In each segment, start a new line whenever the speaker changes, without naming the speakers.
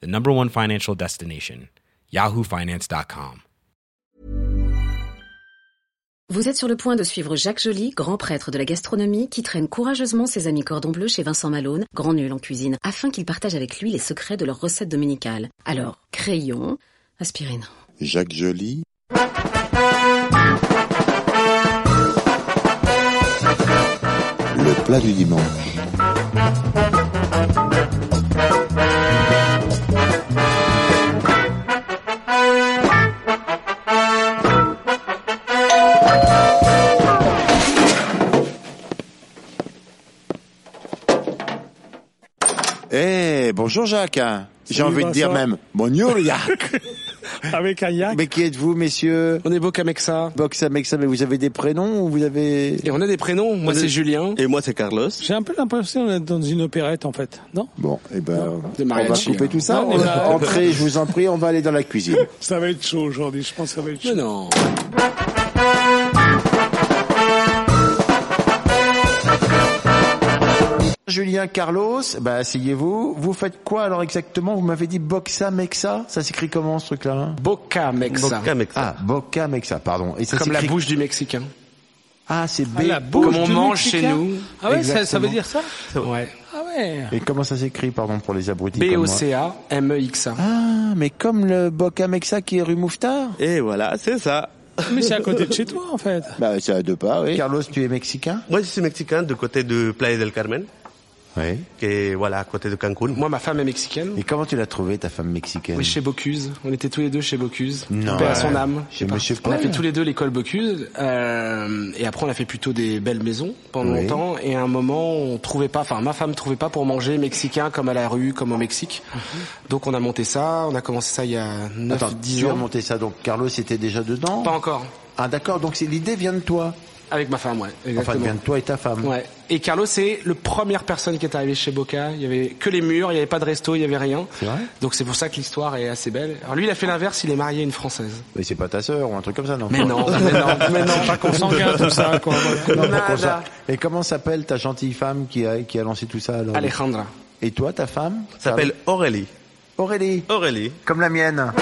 the number one financial destination, yahoofinance.com.
Vous êtes sur le point de suivre Jacques Joly, grand prêtre de la gastronomie, qui traîne courageusement ses amis cordon bleu chez Vincent Malone, grand nul en cuisine, afin qu'il partage avec lui les secrets de leurs recettes dominicales. Alors, crayon, aspirine.
Jacques Joly, le plat du dimanche. Eh, bonjour Jacques. J'ai envie de dire
Vincent.
même bonjour Jacques.
Avec un yak.
mais qui êtes-vous, messieurs
On est beau qu'à Mexa.
Boxa, Mexa, mais vous avez des prénoms ou vous avez...
Et on a des prénoms. Moi,
On est-
c'est Julien.
Et moi, c'est Carlos.
J'ai un peu l'impression d'être dans une opérette en fait, non
Bon, eh ben,
De
on va
mariachi,
couper
hein.
tout ça.
Non,
on
mais-
va entrer, je vous en prie, on va aller dans la cuisine.
Ça va être chaud aujourd'hui, je pense que ça va être
Mais
chaud.
non.
Julien Carlos, bah asseyez-vous. Vous faites quoi alors exactement Vous m'avez dit Boxa Mexa Ça s'écrit comment ce truc-là hein
Boca Mexa.
Boca Mexa.
Ah, Boca Mexa, pardon. Et ça
Comme la
s'écrit-
bouche du Mexicain.
Ah, c'est B.
Ah, la bouche
Comme on
du
mange
Mexicain.
chez nous.
Ah ouais, ça, ça
Exactement.
veut dire ça
Ouais.
Ah ouais.
Et comment ça s'écrit, pardon, pour les abrutis comme moi
B-O-C-A-M-E-X-A.
Ah, mais comme le Boca Mexa qui est rue Mouffetard
Et voilà, c'est ça.
Mais c'est à côté de chez toi en fait.
Bah, c'est à deux pas, oui. Carlos, tu es mexicain
Moi, je suis mexicain du côté de Playa del Carmen,
Oui.
qui est, voilà, à côté de Cancun.
Moi, ma femme est mexicaine.
Et comment tu l'as trouvé, ta femme mexicaine
Oui, chez Bocuse. On était tous les deux chez Bocuse.
Non.
Paix à son âme.
Chez Monsieur
On a
Paul.
fait tous les deux l'école Bocuse. Euh, et après, on a fait plutôt des belles maisons pendant
Oui.
longtemps. Et à un moment, on trouvait pas, enfin, ma femme trouvait pas pour manger mexicain comme à la rue, comme au Mexique. Donc, on a monté ça. On a commencé ça il y a 9,
Mm-hmm. Attends,
10
tu as
ans.
monté ça, donc Carlos était déjà dedans
Pas encore.
Ah, d'accord, donc c'est l'idée vient de toi.
Avec ma femme, ouais.
Enfin,
Exactement.
vient de toi et ta femme.
Ouais. Et Carlos, c'est le première personne qui est arrivée chez Boca. Il y avait que les murs, il n'y avait pas de resto, il n'y avait rien.
C'est vrai
Donc c'est pour ça que l'histoire est assez belle. Alors lui, il a fait l'inverse, il est marié à une française.
Mais c'est pas ta sœur ou un truc comme ça, non
Mais non, mais non, mais non.
C'est pas consanguin tout ça quoi.
Non,
voilà.
pas comme ça.
Nada.
Et comment s'appelle ta gentille femme qui a, qui a lancé tout ça alors
Alejandra.
Et toi, ta femme
Ça s'appelle Aurélie.
Aurélie.
Aurélie.
Comme la mienne.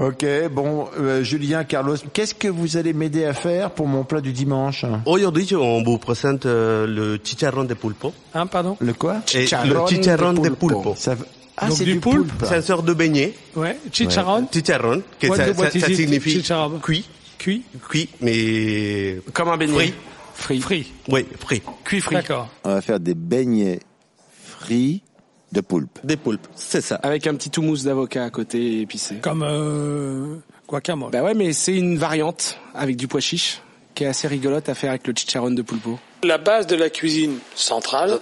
Ok, bon, euh, Julien, Carlos, qu'est-ce que vous allez m'aider à faire pour mon plat du dimanche
Aujourd'hui, on vous présente euh, le chicharron de pulpo.
Hein, pardon
Le quoi
Et
Chicharrón
le chicharron
de
de
pulpo.
pulpo.
Ça veut- Ah,
Donc
c'est
du
du,
poulpe
poulpe.
C'est un sort de beignet.
Ouais, chicharon
Chicharron, que
What
ça,
the- what
ça-
is
ça
it,
signifie
chicharrón
cuit.
cuit,
Cuit, mais...
Comme un beignet. Free.
Frit.
frit.
Oui, frit.
Cuit frit.
D'accord.
On va faire des beignets frits de poulpe.
Des poulpes, c'est ça.
Avec un petit houmous d'avocat à côté épicé.
Comme euh, guacamole.
Bah ouais, mais c'est une variante avec du pois chiche qui est assez rigolote à faire avec le chicharron de pulpo.
La base de la cuisine centrale,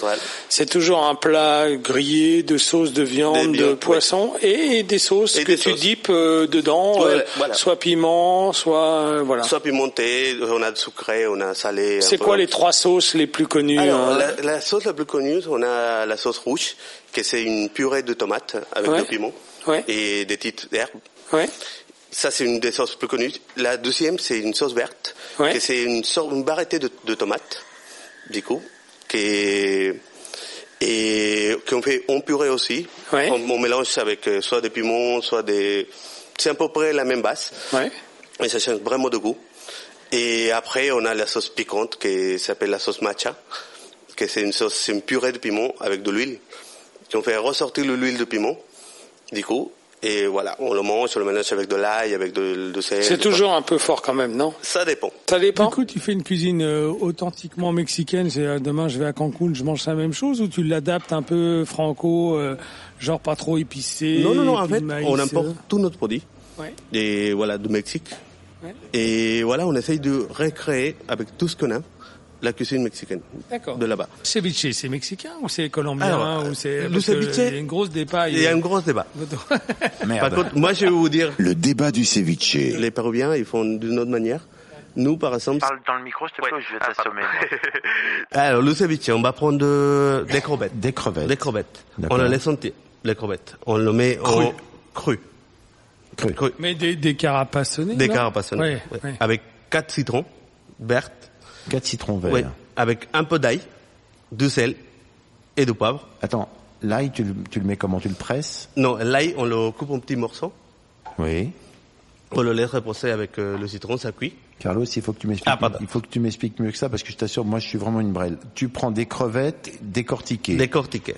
c'est toujours un plat grillé de sauce de viande,
Des
de
viandes,
poisson et, et des sauces
Et
que
des
tu
sauces.
dipes euh, dedans,
Voilà,
euh,
voilà.
soit piment, soit euh, voilà.
Soit pimenté, on a sucré, on a salé. un
c'est
peu.
quoi les trois sauces les plus connues
Alors,
hein
la, la sauce la plus connue, on a la sauce rouge, que c'est une purée de tomates avec
Ouais.
le piment
Ouais.
et des petites herbes.
Ouais.
Ça, c'est une des sauces plus connues. La deuxième, c'est une sauce verte,
Ouais.
que c'est une, sorte- une variété de, de tomates, du coup, qui est- et qu'on fait en purée aussi.
Ouais.
On, on mélange avec euh, soit des piments, soit des... C'est à peu près la même base.
Ouais.
Et ça change vraiment de goût. Et après, on a la sauce piquante qui s'appelle la sauce matcha, que c'est une sauce, c'est une purée de piment avec de l'huile. On fait ressortir le- l'huile de piment, du coup, et voilà, on le mange, on le mélange avec de l'ail, avec de, de sel.
C'est
de-
toujours un peu fort quand même, non
Ça dépend.
Ça
Du
dépend.
coup, tu fais une cuisine euh, authentiquement mexicaine. C'est euh, demain, je vais à Cancun, je mange la même chose, ou tu l'adaptes un peu franco, euh, genre pas trop épicé.
Non, non, non, en
puis
fait,
maïs,
on
euh,
importe tout notre produit.
Ouais.
Et voilà, du Mexique.
Ouais.
Et voilà, on essaye de recréer avec tout ce qu'on a la cuisine mexicaine
D'accord.
de là-bas.
Ceviche, c'est mexicain ou c'est colombien
Alors,
ou c'est
le
parce que
ceviche-
il y a une grosse dépaille. euh,
Il y a un gros débat. Par
Ah
Merde.
ben.
contre, moi, je vais vous dire,
Le débat du ceviche.
les Péruviens, ils font d'une autre manière. Nous, par exemple,
Parle dans le micro, s'il te plaît, ou je vais t'assommer. moi.
alors le ceviche, on va prendre euh, des crevettes.
Des crevettes.
Des crevettes.
D'accord.
On la laisse sentir, les crevettes. On le met au cru.
Cru.
Cru.
Mais des, des carapassonnés.
Des
non
carapassons.
Ouais,
Ouais. Ah,
ouais.
Avec quatre citrons vertes.
Quatre citrons verts.
Ouais. Avec un peu d'ail, du sel et du poivre.
Attends, l'ail, tu, le- tu le mets comment Tu le presses
Non, l'ail, on le coupe en petits morceaux.
Oui.
On le laisse reposer avec euh, le citron, ça cuit.
Carlos, il faut que tu m'expliques.
Ah, pardon.
il faut que tu m'expliques mieux que ça parce que je t'assure, moi, je suis vraiment une brêle. Tu prends des crevettes décortiquées.
Décortiqué.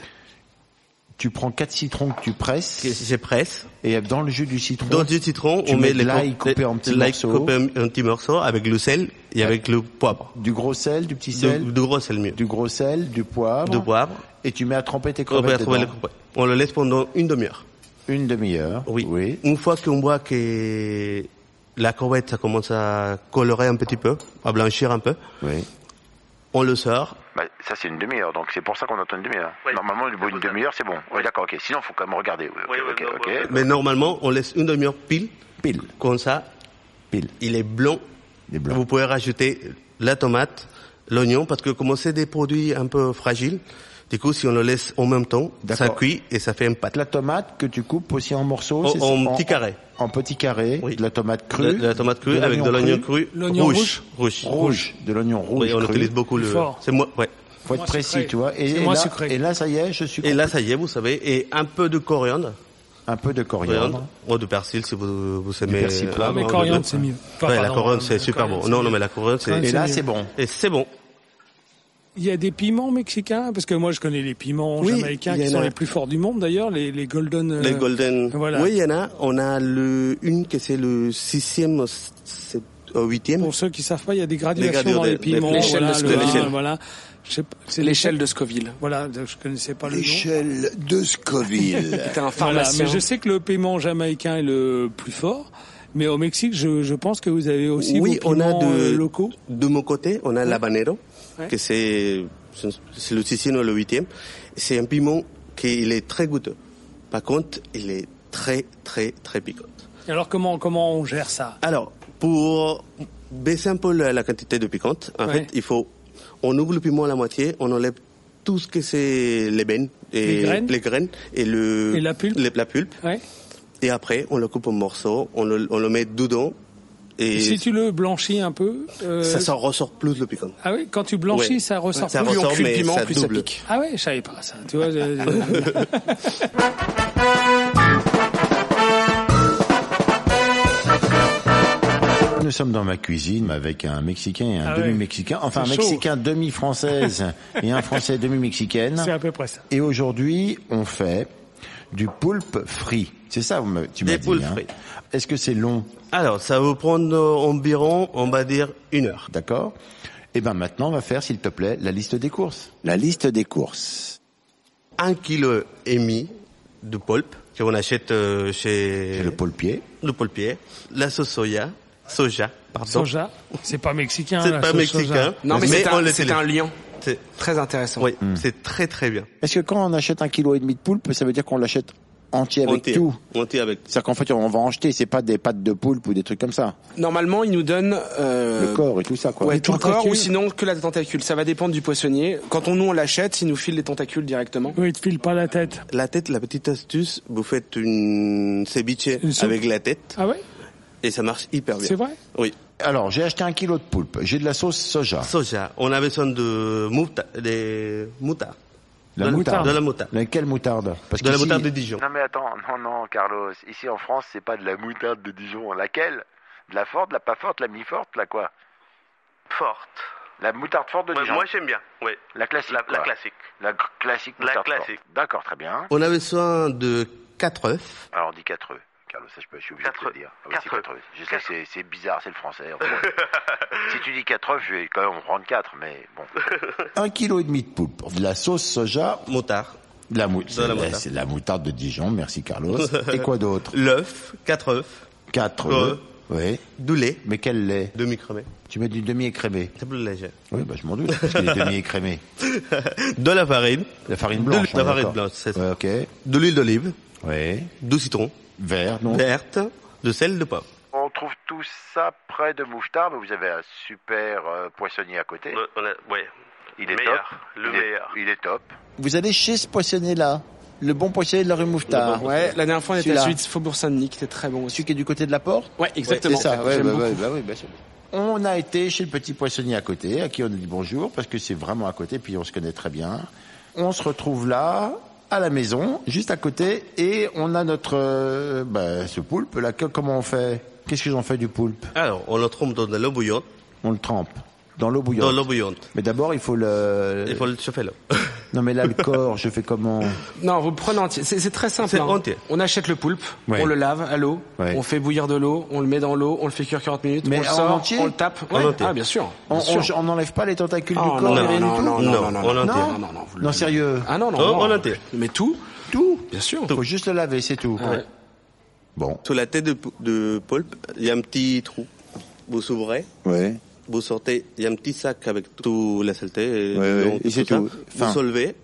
Tu prends quatre citrons que tu presses
Que Je presse.
et dans le jus du citron.
Dans du citron,
tu
on
mets
met
de
les
l'ail
cor-
coupé en
de- de
petits
l'ail
morceaux.
coupé en- en petits morceaux avec le sel et avec le poivre.
Du gros sel, du petit
Du,
sel,
du gros sel mieux.
du gros sel, du poivre.
Du poivre.
Et tu mets à tremper tes
On peut
crevettes.
trouver
dedans.
les- On le laisse pendant une demi-heure.
Une demi-heure.
Oui. Une fois qu'on voit que la crevette, ça commence à colorer un petit peu, à blanchir un peu,
Oui.
on le sort.
Bah, ça, c'est une demi-heure, donc c'est pour ça qu'on entend une demi-heure. Normalement, au bout d'une demi-heure, c'est bon. Oui, d'accord, ok. Sinon, faut quand même regarder. Oui, ok, ok, ok.
Mais normalement, on laisse une demi-heure pile.
Pile.
Comme ça,
Pile.
il est blanc.
Il est blanc.
Vous pouvez rajouter la tomate, l'oignon, parce que comme c'est des produits un peu fragiles, du coup, si on le laisse en même temps, ça
D'accord.
cuit et ça fait une pâte. Oh,
De la tomate que tu coupes aussi en morceaux.
En-
c'est ça
en petits carrés.
En petits carrés.
Oui.
De la tomate
De
crue.
la tomate crue avec de l'oignon cru,
L'oignon
rouge. Rouge.
Rouge. De l'oignon rouge.
Oui, on
cru.
utilise beaucoup le.
Fort.
C'est moi, ouais.
Faut être
Moins
précis,
sucré.
tu vois. Et,
C'est
et
moins
là,
sucré.
et là, ça y est, je suis
Et là,
compris.
ça y est, vous savez, et un peu de coriandre.
un peu de
coriandre
coriandre.
ou de persil si vous, vous aimez.
persil,
Ah,
Ah, mais
non,
coriandre,
de-
c'est mieux. Enfin,
Ouais, la
pardon,
coriandre,
euh,
c'est super
coriandre,
bon.
c'est
Non, non,
mieux.
mais la coriandre, c'est.
Coriandre,
Et là,
mieux.
c'est bon.
Et c'est bon.
Il y a des piments mexicains parce que moi je connais les piments
Oui,
jamaïcains
il y
qui
en
sont
a.
les plus forts du monde d'ailleurs, les, les golden. euh,
Les golden.
Voilà.
Oui, il y en a. On a le, une qui c'est le sixième au sept- au huitième.
Pour ceux qui savent pas, il y a des gradations
gradations
dans les
des- des-
piments.
l'échelle
voilà,
de-
le
de
vin,
l'échelle.
Voilà. Je sais pas, c'est
L'échelle de Scoville.
Voilà, je connaissais pas le nom.
L'échelle de Scoville.
T'es un
Voilà,
pharmacien.
mais je sais que le piment jamaïcain est le plus fort. Mais au Mexique, je, je pense que vous avez aussi
oui,
vos
on a
piments
de,
euh, locaux.
de mon côté, on a l'habanero,
Ouais.
que c'est, c'est le sixième ou le huitième. C'est un piment qui il est très goûteux. Par contre, il est très, très, très piquant.
Alors comment comment on gère ça
Alors, pour baisser un peu la, la quantité de piquante, en
Ouais.
fait, il faut, on ouvre le piment à la moitié, on enlève tout ce que c'est les bennes et
Les graines.
et le
Et la pulpe.
le- la pulpe.
Ouais.
Et après, on le coupe en morceaux, on le, on le met dedans et,
Et si tu le blanchis un peu. euh,
ça, ça ressort plus le piquant.
Ah oui, quand tu blanchis,
Ouais.
ça ressort.
Ça
plus.
ressort,
plus le
mais
piment,
ça
plus
double.
ça pique.
Ah ouais, je savais pas ça. Tu vois. je- je-
Nous sommes dans ma cuisine avec un Mexicain et un
Ah ouais.
demi-Mexicain. Enfin, un
C'est chaud.
Mexicain demi-française et un Français demi-Mexicaine.
C'est à peu près ça.
Et aujourd'hui, on fait du poulpe frit. C'est ça, vous me- tu m'as
Des
dit.
poulpes
hein.
frits.
Est-ce que c'est long
Alors, ça va prendre euh, environ, on va dire, une heure.
D'accord Eh ben maintenant, on va faire, s'il te plaît, la liste des courses.
La liste des courses.
Un kilo et demi de pulpe que on achète euh, chez
C'est le poulpier.
le pulpier, la sauce soya, soja, pardon.
Soja, c'est pas mexicain.
C'est
la
pas
sauce
mexicain.
soja.
Non, mais,
Mais
c'est
on
un,
le
c'est
télé-
un lien
C'est-
très intéressant.
Oui,
Hmm.
c'est très très bien.
Est-ce que quand on achète un kilo et demi de poulpe, ça veut dire qu'on l'achète entier avec
Monté-
tout
monté avec.
C'est-à-dire qu'en fait, on va en jeter. C'est pas des pattes de poulpe ou des trucs comme ça.
Normalement, il nous donne euh,
Le corps et tout ça, quoi.
Ouais, tout le corps
tentacules.
ou sinon que la tentacule. Ça va dépendre du poissonnier. Quand on nous on l'achète, il nous file les tentacules directement.
Oui, il te file pas la tête.
La tête, la petite astuce, vous faites une ceviche
Une soupe.
avec la tête
Ah ouais
et ça marche hyper bien.
C'est vrai
Oui.
Alors, j'ai acheté un kilo de poulpe. J'ai de la sauce soja.
Soja, on a besoin de mouta, des moutards.
La
de,
moutarde.
De la moutarde.
Mais quelle moutarde Parce
De la
qu'ici,
moutarde de Dijon.
Non mais attends, non non Carlos, ici en France c'est pas de la moutarde de Dijon, laquelle De la forte, la pas forte, la mi-forte, la quoi
Forte.
La moutarde forte de Dijon.
j'aime bien. Oui.
la classique. quoi. La gr- classique.
La
moutarde
classique.
forte. D'accord, très bien.
On a besoin de quatre œufs.
Alors on dit 4 œufs. Carlos, ça je, peux, je suis obligé de
Quatre
te
œufs.
le dire. Ah oui, c'est
Quatre
quatre œufs. Je sais, c'est- c'est bizarre, c'est le français. enfin bon. si tu dis 4 œufs, je vais quand même en prendre 4, mais bon.
un kilo et demi de poulpe. De la sauce soja.
Moutard.
De la, mou-
De la moutarde.
c'est de la moutarde de Dijon. Merci, Carlos. et quoi d'autre
L'œuf, quatre œufs.
Quatre
Euh,
œufs.
Oui.
du lait,
Mais quel lait
demi-crémé.
Tu mets du demi-écrémé.
C'est plus léger.
Oui, bah, je m'en doute, parce qu'il est demi-écrémé.
De la farine,
La farine
de
blanche.
la
on est
farine
d'accord.
blanche, c'est ça.
Ouais, ok.
de l'huile d'olive,
Oui.
du citron,
Vert, non
verte, de sel, de poivre.
On trouve tout ça près de Mouffetard, mais vous avez un super euh, poissonnier à côté.
Oui.
Il est
meilleur,
top.
le
Il est-
meilleur.
il est top.
Vous allez chez ce poissonnier-là, le bon poissonnier de la rue Mouffetard.
Ah Ouais, la dernière fois on était
Celui-là.
à celui de Faubourg Saint-Denis qui était très bon aussi.
Celui qui est du côté de la porte
Ouais, exactement.
Ouais, c'est ça, ouais,
J'aime
bah,
beaucoup.
ouais, bah oui, bien sûr. On a été chez le petit poissonnier à côté, à qui on a dit bonjour, parce que c'est vraiment à côté, puis on se connaît très bien. On se retrouve là, à la maison, juste à côté, et on a notre... euh, bah, ce poulpe, là, que- comment on fait Qu'est-ce qu'ils ont fait du poulpe
Alors, on le trempe dans de l'eau bouillante.
On le trempe dans l'eau bouillante.
Dans l'eau bouillante.
Mais d'abord, il faut le...
Il faut le chauffer là.
Non, mais là, le corps, je fais comment
Non, vous le prenez entier. C'est c'est très simple. hein.
C'est entier.
On achète le poulpe,
Ouais.
on le lave à l'eau,
Ouais.
on fait bouillir de l'eau, on le met dans l'eau, on le fait cuire 40 minutes,
Mais ah,
on le
en
sort,
entier
on le tape.
En
Ouais.
entier.
Ah, bien sûr.
on,
bien sûr.
on- on n'enlève pas les tentacules
Ah,
du corps, et rien
non,
du tout
non, non,
Non,
non, non,
on
non,
l'enterre.
non, non, non, vous le-
Non, sérieux
Ah non, non,
Oh,
non.
on l'enterre.
Mais tout,
Tout
bien sûr.
Il faut juste le laver, c'est tout.
Ouais.
Bon.
Sur la tête de, de poulpe, il y a un petit trou. Vous s'ouvrez,
Ouais.
vous sortez, il y a un petit sac avec tout la saleté. euh,
Ouais,
le-
ouais, et c'est
ça.
tout. Fin.
Vous soulevez,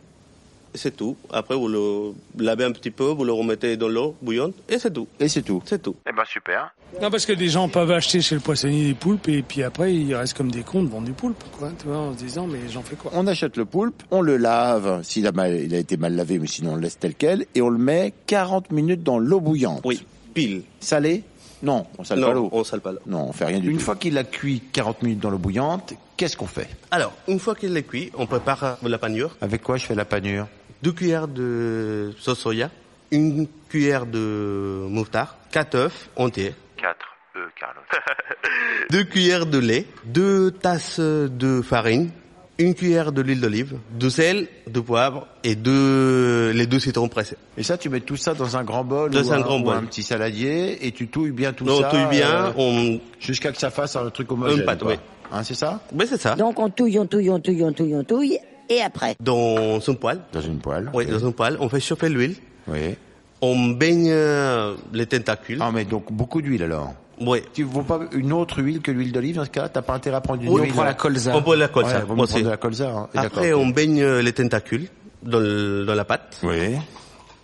c'est tout. Après, vous le lavez un petit peu, vous le remettez dans l'eau bouillante, et c'est tout.
Et c'est tout.
C'est tout.
Eh ben super.
Non, parce que des gens peuvent acheter chez le poissonnier des poulpes et puis après, ils restent comme des cons de vendre du poulpe, quoi. Tu vois, en se disant, mais j'en fais quoi
On achète le poulpe, on le lave, s'il a, mal- il a été mal lavé, mais sinon on le laisse tel quel, et on le met 40 minutes dans l'eau bouillante.
Oui, pile.
Salé Non, on sale
non,
pas l'eau.
on sale pas l'eau.
Non, on fait rien du
Une
tout.
fois qu'il a cuit 40 minutes dans l'eau bouillante, qu'est-ce qu'on fait
Alors, une fois qu'il est cuit, on prépare la panure.
Avec quoi je fais la panure
Deux cuillères de sauce soya, une cuillère de moutarde, quatre œufs entiers,
4 E, Carlos.
deux cuillères de lait, deux tasses de farine, une cuillère de l'huile d'olive, deux sel, deux poivres et deux, les deux citrons pressés.
Et ça, tu mets tout ça dans un grand bol,
Dans
ou,
un
un,
grand
ou
bol.
un petit saladier, et tu touilles bien tout
on
ça.
touille bien,
euh,
on...
Jusqu'à que ça fasse un truc homogène.
Une pâte,
quoi.
oui.
Hein, c'est ça
Mais ben, c'est ça.
Donc on touille, on touille, on touille, on touille, on touille, et après.
Dans son poêle,
Dans une poêle.
oui, dans son poêle, on fait chauffer l'huile,
Oui.
on baigne euh, les tentacules.
Ah, mais donc beaucoup d'huile alors.
Oui.
Tu ne pas une autre huile que l'huile d'olive dans ce cas-là T'as pas intérêt à prendre une
Oui,
huile
On prend la colza.
On peut la colle,
Ouais,
ça,
vaut mieux
aussi.
prendre de la colza. hein. Et
Après,
d'accord.
on baigne euh, les tentacules dans, le- dans la pâte
Oui.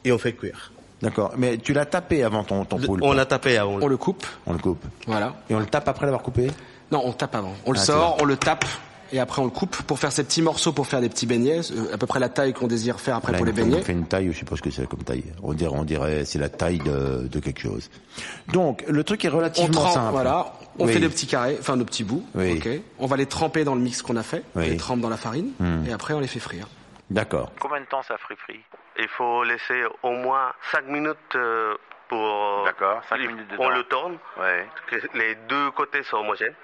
et on fait cuire.
D'accord. Mais tu l'as tapé avant ton, ton
Le-
poulpe.
On l'a tapé avant.
On le coupe,
on le coupe.
voilà.
Et on le tape après l'avoir coupé
Non, on tape avant. On le
Ah,
sort, on le tape. Et après, on le coupe pour faire ces petits morceaux pour faire des petits beignets, euh, à peu près la taille qu'on désire faire après
Là,
pour les
il fait-
beignets.
il fait une taille, je sais pas ce que c'est comme taille. On dirait, on dirait, c'est la taille de, de quelque chose. Donc, le truc est
On
relativement
trempe,
simple.
voilà. On
Oui.
fait des petits carrés, enfin de petits bouts.
Oui.
ok. On va les tremper dans le mix qu'on a fait. On
Oui. Hmm.
les trempe dans la farine. Et après, on les fait frire.
D'accord.
Combien de temps ça friperie
Il faut laisser au moins 5 minutes euh, pour...
D'accord, cinq
Il-
minutes
On
dedans.
le tourne,
Ouais. Mhm,
que les deux côtés sont homogènes.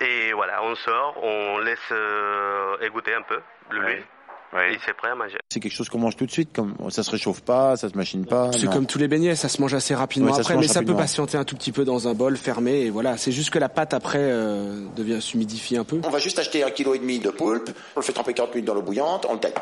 Et voilà, on sort, on laisse euh, égoutter un peu le
Oui.
l'huile et c'est prêt à manger.
C'est quelque chose qu'on mange tout de suite, comme ça se réchauffe pas, ça se machine pas.
C'est
non.
comme tous les beignets, ça se mange assez rapidement
Oui, ça se
après,
mange
mais ça peut
rapidement.
patienter un tout petit peu dans un bol fermé et voilà. C'est juste que la pâte après euh, devient s'humidifie un peu.
On va juste acheter un kilo et demi de poulpe, on le fait tremper 40 minutes dans l'eau bouillante, on le tape.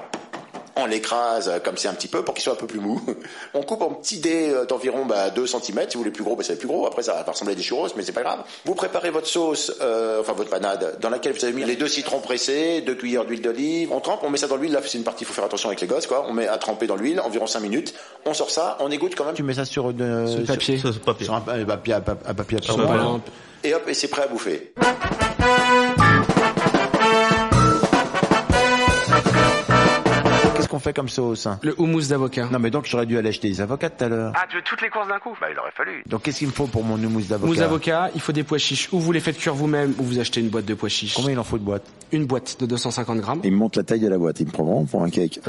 On l'écrase euh, comme c'est un petit peu pour qu'il soit un peu plus mou. On coupe en petits dés euh, d'environ bah, 2 cm. Si vous voulez plus gros, bah, c'est plus gros. Après, ça va ressembler à des churros, mais c'est pas grave. Vous préparez votre sauce, euh, enfin votre panade, dans laquelle vous avez mis les deux citrons pressés, deux cuillères d'huile d'olive. On trempe, on met ça dans l'huile. Là, c'est une partie, il faut faire attention avec les gosses, quoi. On met à tremper dans l'huile, environ 5 minutes. On sort ça, on égoutte quand même. Tu mets ça sur,
Ce papier.
Ça, c'est pas pire.
un papier, à papier
Voilà.
Et hop, et c'est prêt à bouffer. Qu'est-ce qu'on fait comme sauce hein
Le houmous d'avocat.
Non mais donc j'aurais dû aller acheter des avocats tout à l'heure.
Ah, tu veux toutes les courses d'un coup Bah, il aurait fallu.
Donc qu'est-ce qu'il me faut pour mon houmous
Houmous
d'avocat
d'avocat, il faut des pois chiches. Ou vous les faites cuire vous-même, ou vous achetez une boîte de pois chiches.
Combien il en faut de boîte
Une boîte de 250 grammes.
Il me monte la taille de la boîte, il me prend vraiment pour un cake.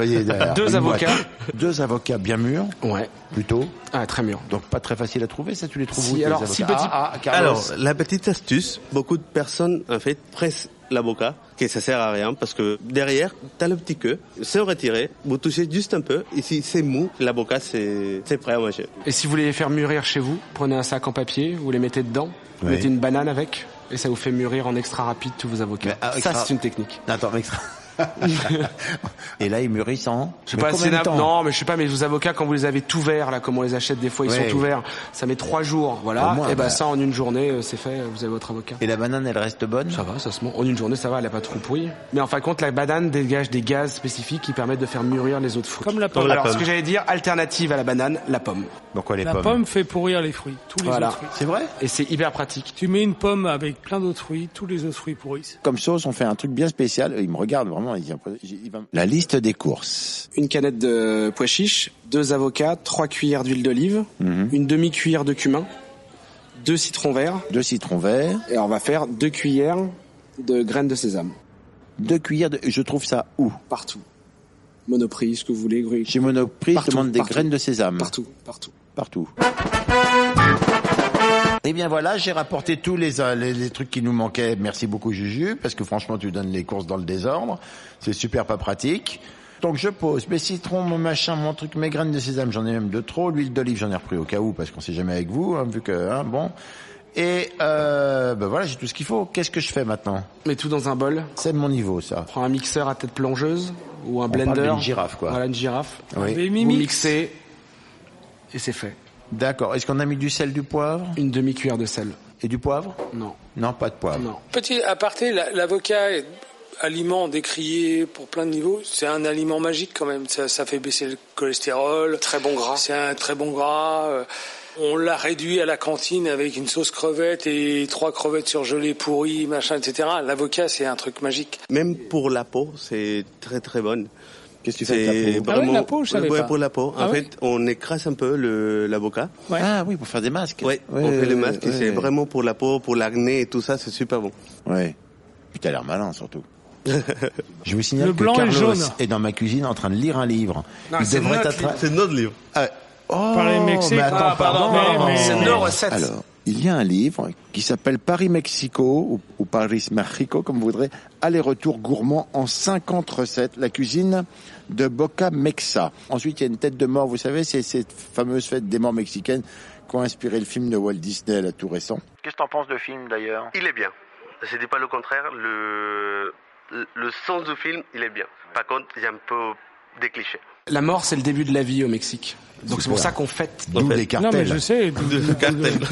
Deux avocats.
Deux avocats bien mûrs,
Ouais.
plutôt.
Ah, très mûr.
Donc pas très facile à trouver, ça tu les trouves
Si,
où, tes
alors, si
avocats
petit-
Ah, ah, Carlos.
Alors, la petite astuce, beaucoup de personnes, en fait, pressent l'avocat, que ça sert à rien, parce que derrière, t'as le petit queue, c'est retiré, vous touchez juste un peu, et si c'est mou, l'avocat, c'est c'est prêt à manger.
Et si vous voulez les faire mûrir chez vous, prenez un sac en papier, vous les mettez dedans, vous
Oui.
mettez une banane avec, et ça vous fait mûrir en extra rapide tous vos avocats.
Mais, ah,
Ça,
extra-
c'est une technique.
Attends, mais extra... ah.
Et là, ils mûrissent en.
Je sais
Mais
pas,
combien
c'est
de
na-
temps
non, mais je sais pas, mais vos avocats, quand vous les avez tout verts, là, comme on les achète des fois, ils
Ouais.
sont tout verts. Ça met trois jours, voilà.
Au moins,
et ben
bah.
ça, en une journée, euh, c'est fait, vous avez votre avocat.
Et la banane, elle reste bonne
Ça va, ça se mange. En une journée, ça va, elle a pas trop pourri. Mais en fin de compte, la banane dégage des gaz spécifiques qui permettent de faire mûrir les autres fruits.
Comme la pomme. Comme la
Alors, ce
pomme.
que j'allais dire, alternative à la banane, la pomme.
Donc, quoi, les
La pomme fait pourrir les fruits, tous les
Voilà.
autres fruits.
C'est vrai
Et c'est hyper pratique.
Tu mets une pomme avec plein d'autres fruits, tous les autres fruits pourrissent.
Comme sauce, on fait un truc bien spécial. Il me regarde vraiment. Il dit, il va me- La liste des courses.
Une canette de pois chiche, deux avocats, trois cuillères d'huile d'olive,
Mhm.
une demi-cuillère de cumin, deux citrons verts,
Deux citrons verts,
et on va faire deux cuillères de graines de sésame.
deux cuillères de... Je trouve ça où
Partout. Monoprix, ce que vous voulez, grue.
Chez Monoprix, je
Partout,
demande des
partout.
graines de sésame.
Partout, partout.
Partout. Eh bien voilà, j'ai rapporté tous les, euh, les, les trucs qui nous manquaient. Merci beaucoup Juju, parce que franchement tu donnes les courses dans le désordre. C'est super pas pratique. Donc je pose mes citrons, mon machin, mon truc, mes graines de sésame, j'en ai même de trop. L'huile d'olive, j'en ai repris au cas où, parce qu'on sait jamais avec vous, hein, vu que... Hein, bon. Et euh, ben voilà, j'ai tout ce qu'il faut. Qu'est-ce que je fais maintenant
Mets tout dans un bol.
C'est de mon niveau ça.
Prends un mixeur à tête plongeuse ou un
parle
blender.
d'une girafe, quoi.
Voilà une girafe.
Oui.
Mais
Vous
Mimi,
mixez et c'est fait.
D'accord. Est-ce qu'on a mis du sel, du poivre
Une demi-cuillère de sel.
Et du poivre
Non,
Non, pas de poivre.
non.
Petit aparté, la- l'avocat est aliment décrié pour plein de niveaux. C'est un aliment magique quand même. Ça, ça fait baisser le cholestérol.
Très bon gras.
C'est un très bon gras. euh, On l'a réduit à la cantine avec une sauce crevette et trois crevettes surgelées pourries, machin, etc. L'avocat, c'est un truc magique.
Même pour la peau, c'est très très bonne.
Qu'est-ce que tu fais avec
C'est
la peau
Ah ouais,
vraiment-
la peau, je savais
Ouais,
pas.
pour la peau.
Ah
en
ouais
fait, on écrase un peu le- l'avocat.
Ouais.
Ah oui, pour faire des masques.
Ouais, on fait le masque. et
ouais,
c'est
ouais.
vraiment pour la peau, pour l'acné et tout ça, c'est super bon.
Ouais. Puis t'as l'air malin surtout. Je vous signale
Le
que
blanc et
Carlos
le jaune.
est dans ma cuisine en train de lire un livre.
Non,
Il
c'est
devrait
notre
t'attraper.
C'est notre livre.
Oh,
Parler Mexique.
mais attends,
Ah, pardon,
pardon.
mais- mais- C'est nos
recettes.
Alors, il y a un livre qui s'appelle Paris-Mexico ou, ou Paris-Mexico, comme vous voudrez, aller-retour gourmand en 50 recettes, la cuisine de Boca Mexa. Ensuite, il y a une tête de mort, vous savez, c'est cette fameuse fête des morts mexicaines qui a inspiré le film de Walt Disney, là, tout récent.
Qu'est-ce que t'en penses de film d'ailleurs
Il est bien. Je dis pas le contraire. Le, le sens du film, il est bien. Par contre, il y a un peu des clichés.
La mort, c'est le début de la vie au Mexique. Donc c'est pour
Super.
ça qu'on fête.
D'où
fait.
les
Non, mais
cartels.
je sais.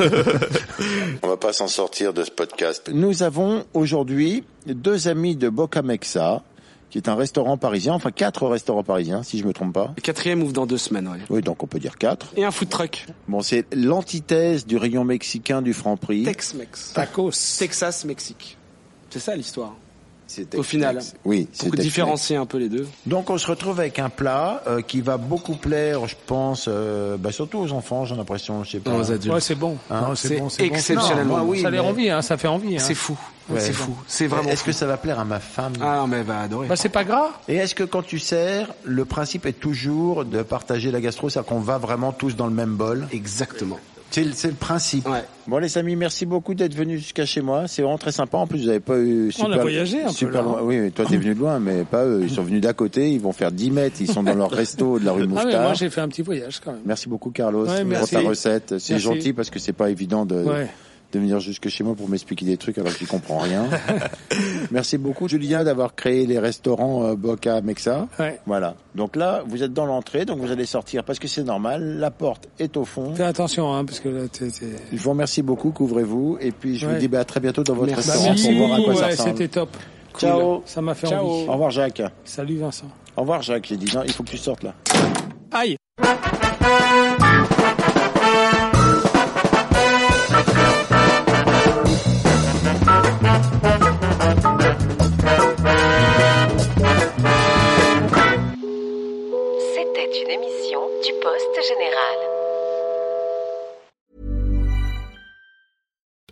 On va pas s'en sortir de ce podcast.
Nous avons aujourd'hui deux amis de Boca Mexa, qui est un restaurant parisien, enfin quatre restaurants parisiens, si je me trompe pas.
Le quatrième ouvre dans deux semaines, ouais.
Oui, donc on peut dire quatre.
Et un food truck.
Bon, c'est l'antithèse du rayon mexicain du Franprix.
Tex-Mex.
Tacos.
Texas, Mexique. C'est ça l'histoire.
C'est
Au final.
Oui,
Pour
Tex-Mex.
différencier un peu les deux.
Donc on se retrouve avec un plat euh, qui va beaucoup plaire, je pense, euh, bah, surtout aux enfants, j'ai l'impression, je sais pas.
Ouais, Ah, c'est bon.
Hein,
Non,
c'est
bon.
exceptionnellement
Non, moi, oui,
ça a l'air
mais-
envie, hein, ça fait envie. Hein.
C'est fou.
Ouais.
C'est fou. C'est vraiment.
Est-ce
fou.
que ça va plaire à ma femme
Ah non, mais elle va adorer.
Bah, c'est pas gras.
Et est-ce que quand tu sers, le principe est toujours de partager la gastro, c'est-à-dire qu'on va vraiment tous dans le même bol
Exactement.
C'est le, c'est le principe.
Ouais.
Bon les amis, merci beaucoup d'être venus jusqu'à chez moi. C'est vraiment très sympa. En plus, vous avez pas eu super,
a voyagé un peu,
super
là.
loin. Oui, mais toi t'es venu de loin, mais pas eux. Ils sont venus d'à côté. Ils vont faire 10 mètres. Ils sont dans leur resto de la rue
Ah,
Mouffetard.
mais moi, j'ai fait un petit voyage quand même.
Merci beaucoup Carlos
Ouais, merci.
pour ta recette. C'est
Merci.
gentil parce que c'est pas évident de,
Ouais.
de venir jusque chez moi pour m'expliquer des trucs alors que je comprends rien. merci beaucoup Julien d'avoir créé les restaurants euh, Boca Mexa.
Ouais.
Voilà. Donc là, vous êtes dans l'entrée, donc vous allez sortir parce que c'est normal. La porte est au fond.
Fais attention, hein, parce que là, t'es. t'es-
Je vous remercie beaucoup, couvrez-vous et puis je vous
Ouais.
dis bah, à très bientôt dans votre
Merci.
Bah,
restaurant
merci
pour voir à
beaucoup,
quoi ça
ouais,
ressemble.
c'était top. Cool.
Ciao.
Ça m'a fait
Ciao.
envie.
Au revoir Jacques.
Salut Vincent.
Au revoir Jacques, j'ai dit non, il faut que tu sortes là.
Aïe.
C'était une émission du Poste Général.